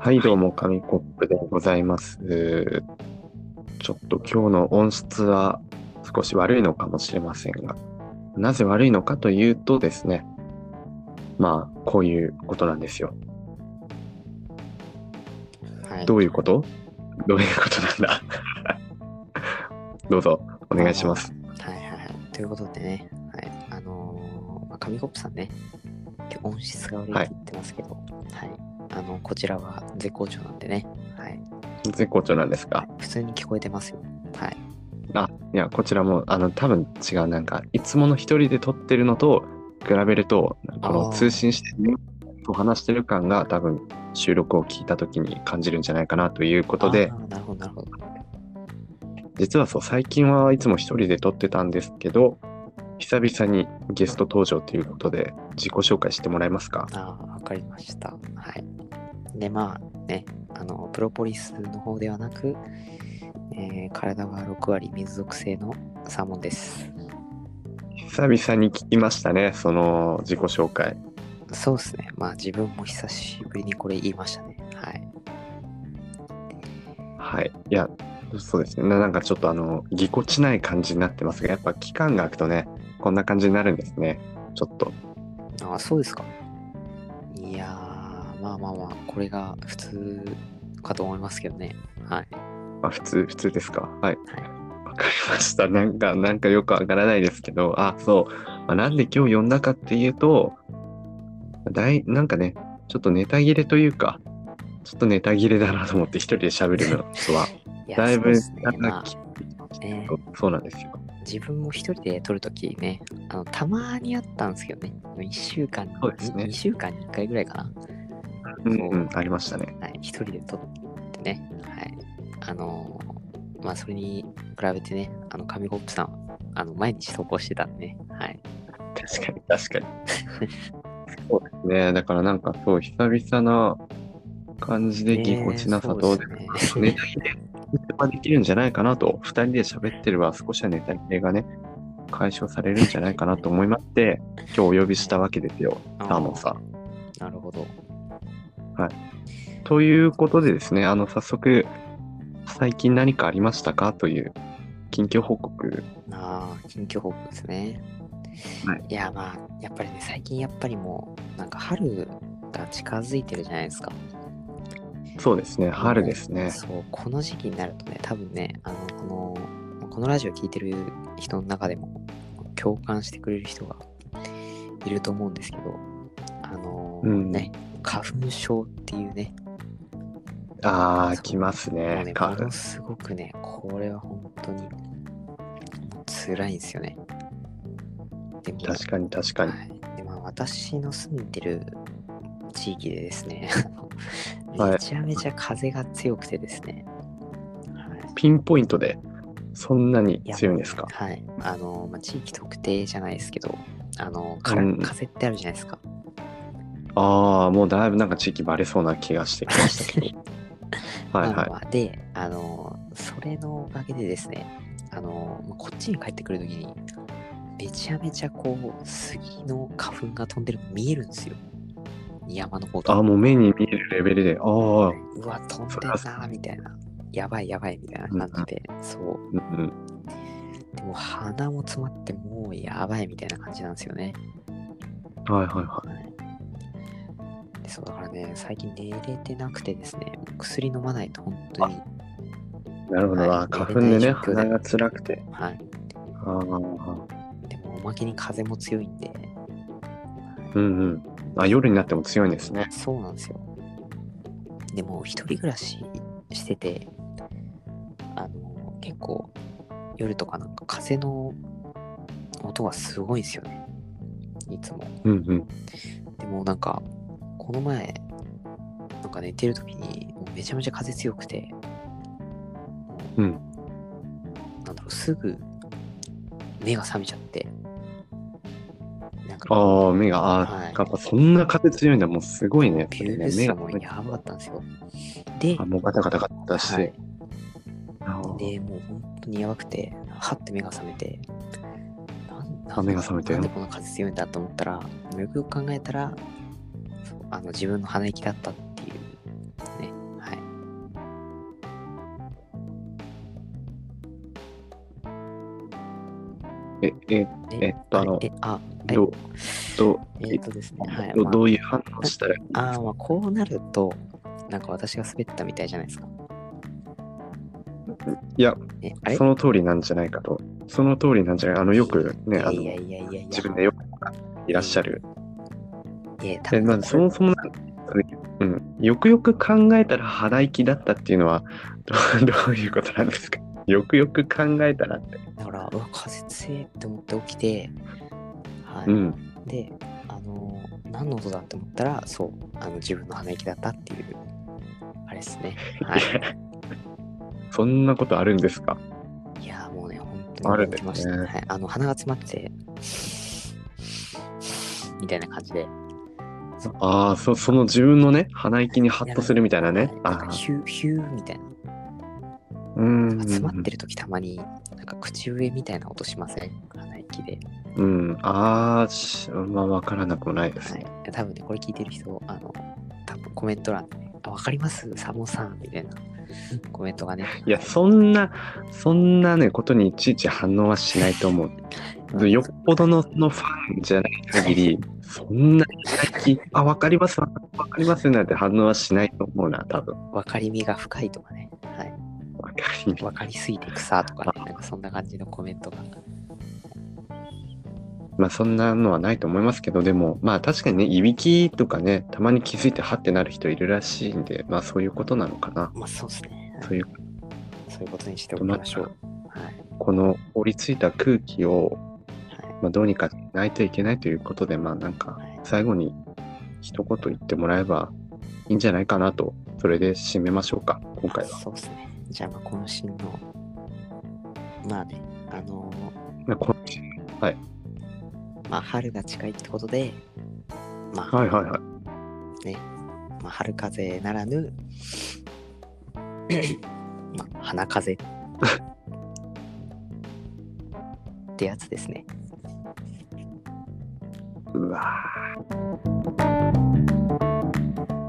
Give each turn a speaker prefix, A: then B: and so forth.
A: はい、どうも、紙コップでございます。ちょっと今日の音質は少し悪いのかもしれませんが、なぜ悪いのかというとですね、まあ、こういうことなんですよ。
B: はい。
A: どういうことどういうことなんだ どうぞ、お願いします。
B: はいはいはい。ということでね、はい。あのーまあ、紙コップさんね、今日音質が悪いって言ってますけど、はい。あの、こちらは絶好調なんでね、はい。
A: 絶好調なんですか
B: 普通に聞こえてますよ。はい。
A: あ、いや、こちらも、あの、多分違う、なんか、いつもの一人で撮ってるのと比べると、こ
B: あ
A: の
B: ー
A: 通信してね、と話してる感が多分収録を聞いた時に感じるんじゃないかなということで
B: あ、ーなるほど、なるほど。
A: 実はそう、最近はいつも一人で撮ってたんですけど、久々にゲスト登場ということで、自己紹介してもらえますか
B: ああ、わかりました。はい。で、まあね、あの、プロポリスの方ではなく、えー体は6割水属性のサーモンです。
A: 久々に聞きましたね、その自己紹介。
B: そうですね。まあ自分も久しぶりにこれ言いましたね。はい。
A: はい。いや、そうですね。ななんかちょっとあの、ぎこちない感じになってますが、やっぱ期間が空くとね、こんな感じになるんですね。ちょっと。
B: あ、そうですか。いやー、まあまあまあ、これが普通かと思いますけどね。はい。
A: あ、普通、普通ですか。はい。
B: はい
A: わかりました。 なんか、なんかよくわからないですけど、あ、そう。まあ、なんで今日呼んだかっていうと、だい、なんかね、ちょっとネタ切れというか、ちょっとネタ切れだなと思って一人で喋るのとは、
B: いや
A: だい
B: そう
A: ぶ、
B: ですね。
A: なん
B: ま
A: か
B: あ、
A: き
B: ね
A: そうなんですよ。
B: 自分も一人で撮るときね、あの、たまにあったんですけどね。1週間に、
A: そうですね
B: 2週間に1回ぐらいかな。
A: うん
B: そう
A: うん、ありましたね。
B: はい。一人で撮ってね。はい。あのーまあそれに比べてね、あの、紙コップさんは、あの、毎日投稿してたんでね。はい。
A: 確かに、確かに。そうですね。だからなんかそう、久々な感じでぎこちなさ
B: ねえ
A: どう
B: そ
A: で
B: うですね
A: すかネタ切れはできるんじゃないかなと、二人で喋ってれば少しはネタ切れがね、解消されるんじゃないかなと思いまして、今日お呼びしたわけですよ、サーモン さん。
B: ん。なるほど。
A: ということでですね、あの、早速、最近何かありましたかという、近況報告。
B: ああ、近況報告ですね。、
A: はい
B: や、まあ、やっぱりね、最近やっぱりもう、なんか春が近づいてるじゃないですか。
A: そうですね、春ですね。
B: そう、この時期になるとね、多分ね、あの、この、このラジオ聞いてる人の中でも、共感してくれる人がいると思うんですけど、あのー
A: うん
B: ね、花粉症っていうね、
A: あー、来ます
B: もう
A: ね
B: ね、も
A: 花粉
B: の。すごくね、これは本当に、もう辛いんですよね。でも
A: 確かに、確かに
B: は。いでまあ、私の住んでる地域でで すね、あ
A: はい
B: のめちゃめちゃ風が強くてですね、はい
A: ピンポイントでそんなに強いんですか
B: はいあのまあ、地域特定じゃないですけど、あのから
A: うん
B: 風ってあるじゃないですか。
A: ああもうだいぶなんか地域バレそうな気がしてきましたけ どはい
B: ま
A: は
B: あ
A: い
B: まあで、あのそれのおかげでですね、あのまあこっちに帰ってくるときに、めちゃめちゃこう、杉の花粉が飛んでるの見えるんですよ。山の方とか
A: ああもう目に見えるレベルでああうん
B: うわ、飛んでんなーみたいな。やばいやばいみたいな感じで、そ
A: うん
B: う。でも鼻も詰まって、もうやばいみたいな感じなんですよね。
A: はいはいは
B: でそうだからね、最近寝れてなくてですね、薬飲まないと本当に、
A: いなるほど、
B: はい
A: あー花粉でね
B: レベルで
A: 鼻が辛くて
B: はい。
A: ああ
B: でもおまけに風も強いんで、
A: うんうんあ夜になっても強いんですね
B: そうなんですよ。でも、一人暮らししてて、あの、結構、夜とかなんか風の音がすごいんですよね。いつも。
A: うんうん
B: でもなんか、この前、なんか寝てる時に、もうめちゃめちゃ風強くて、も
A: うん
B: なんだろう、すぐ、目が覚めちゃって、なんか、
A: ああ目があー、
B: はい
A: やっぱそんな風強いんだもうすごいね
B: ビュー
A: ね
B: ブス
A: 目が
B: もやばかったんですよ。で、
A: あもうガタガタガタして、
B: はい
A: あー
B: で、もう本当にやばくて、はって目が覚めて、なんなん
A: あ目が覚めて
B: なんでこんな風強いんだと思ったら、よくよく考えたら、そうあの自分の鼻息だったっていう、ね、
A: え、え、えっとあの
B: え、あ、え
A: どう、どう、
B: えっとですね、はい。
A: ど
B: まあ
A: どういう反応したらいい
B: ああ、まあ、こうなると、なんか私が滑ったみたいじゃないですか。
A: いや、
B: え、あれ
A: その通りなんじゃないかと。その通りなんじゃないあの、よくね、あの
B: い、やいやいやいやいや、
A: 自分でよくいらっしゃる。
B: いや、多
A: で
B: 分
A: まあ、そもそもなんうん、よくよく考えたら鼻息だったっていうのは どうどういうことなんですかよくよく考えたらって。
B: だから、うわ、風強いって思って起きて、はい。
A: うん。
B: で、あのー、何の音だって思ったら、そう、あの自分の鼻息だったっていう、あれですね。はい。
A: そんなことあるんですか
B: いやーもうね、本
A: あ
B: 当
A: るん
B: に
A: だ
B: 来
A: よね
B: ました、ね。はい。あの、鼻が詰まって、みたいな感じで。
A: ああ、そその自分のね、鼻息にハッとするみたいなね。
B: な
A: あ
B: んか
A: あ
B: ヒュー、ヒューみたいな。
A: ー、うん。
B: 詰まってる時たまに、なんか口笛みたいな音しません鼻息で。
A: うん。ああ、しまあ、わからなくもないです
B: は
A: ね。
B: い。多分ね、これ聞いてる人、あの、多分コメント欄で、ね、あ、わかりますサモさんみたいなコメントがね。
A: いや、そんな、そんなね、ことにいちいち反応はしないと思う。よっぽどのそのファンじゃない限り、そんなに最近、あ、わかります、わかりますなんて反応はしないと思うな、多分。
B: わかりみが深いとかね。はい。
A: わかりにくい
B: わかりすぎて草とかね。なんかそんな感じのコメントが。
A: まあ、そんなのはないと思いますけど、でも、まあ、確かにね、いびきとかね、たまに気づいてハってなる人いるらしいんで、まあ、そういうことなのかな。
B: まあそうですね。はい
A: そういう、
B: そういうことにしておきましょう。はい。
A: この凍りついた空気を、
B: はい。
A: まあ、どうにかしないといけないということで、まあ、なんか、最後に一言言ってもらえばいいんじゃないかなと、それで締めましょうか、今回は。
B: そうですね。じゃあ、まあ、渾身の、まあね、あの
A: まあこ
B: ーまあ、春が近いってことで、まあ、
A: はいはいはい。
B: まあ、春風邪ならぬ、まあ、花風邪ってやつですね。
A: うわー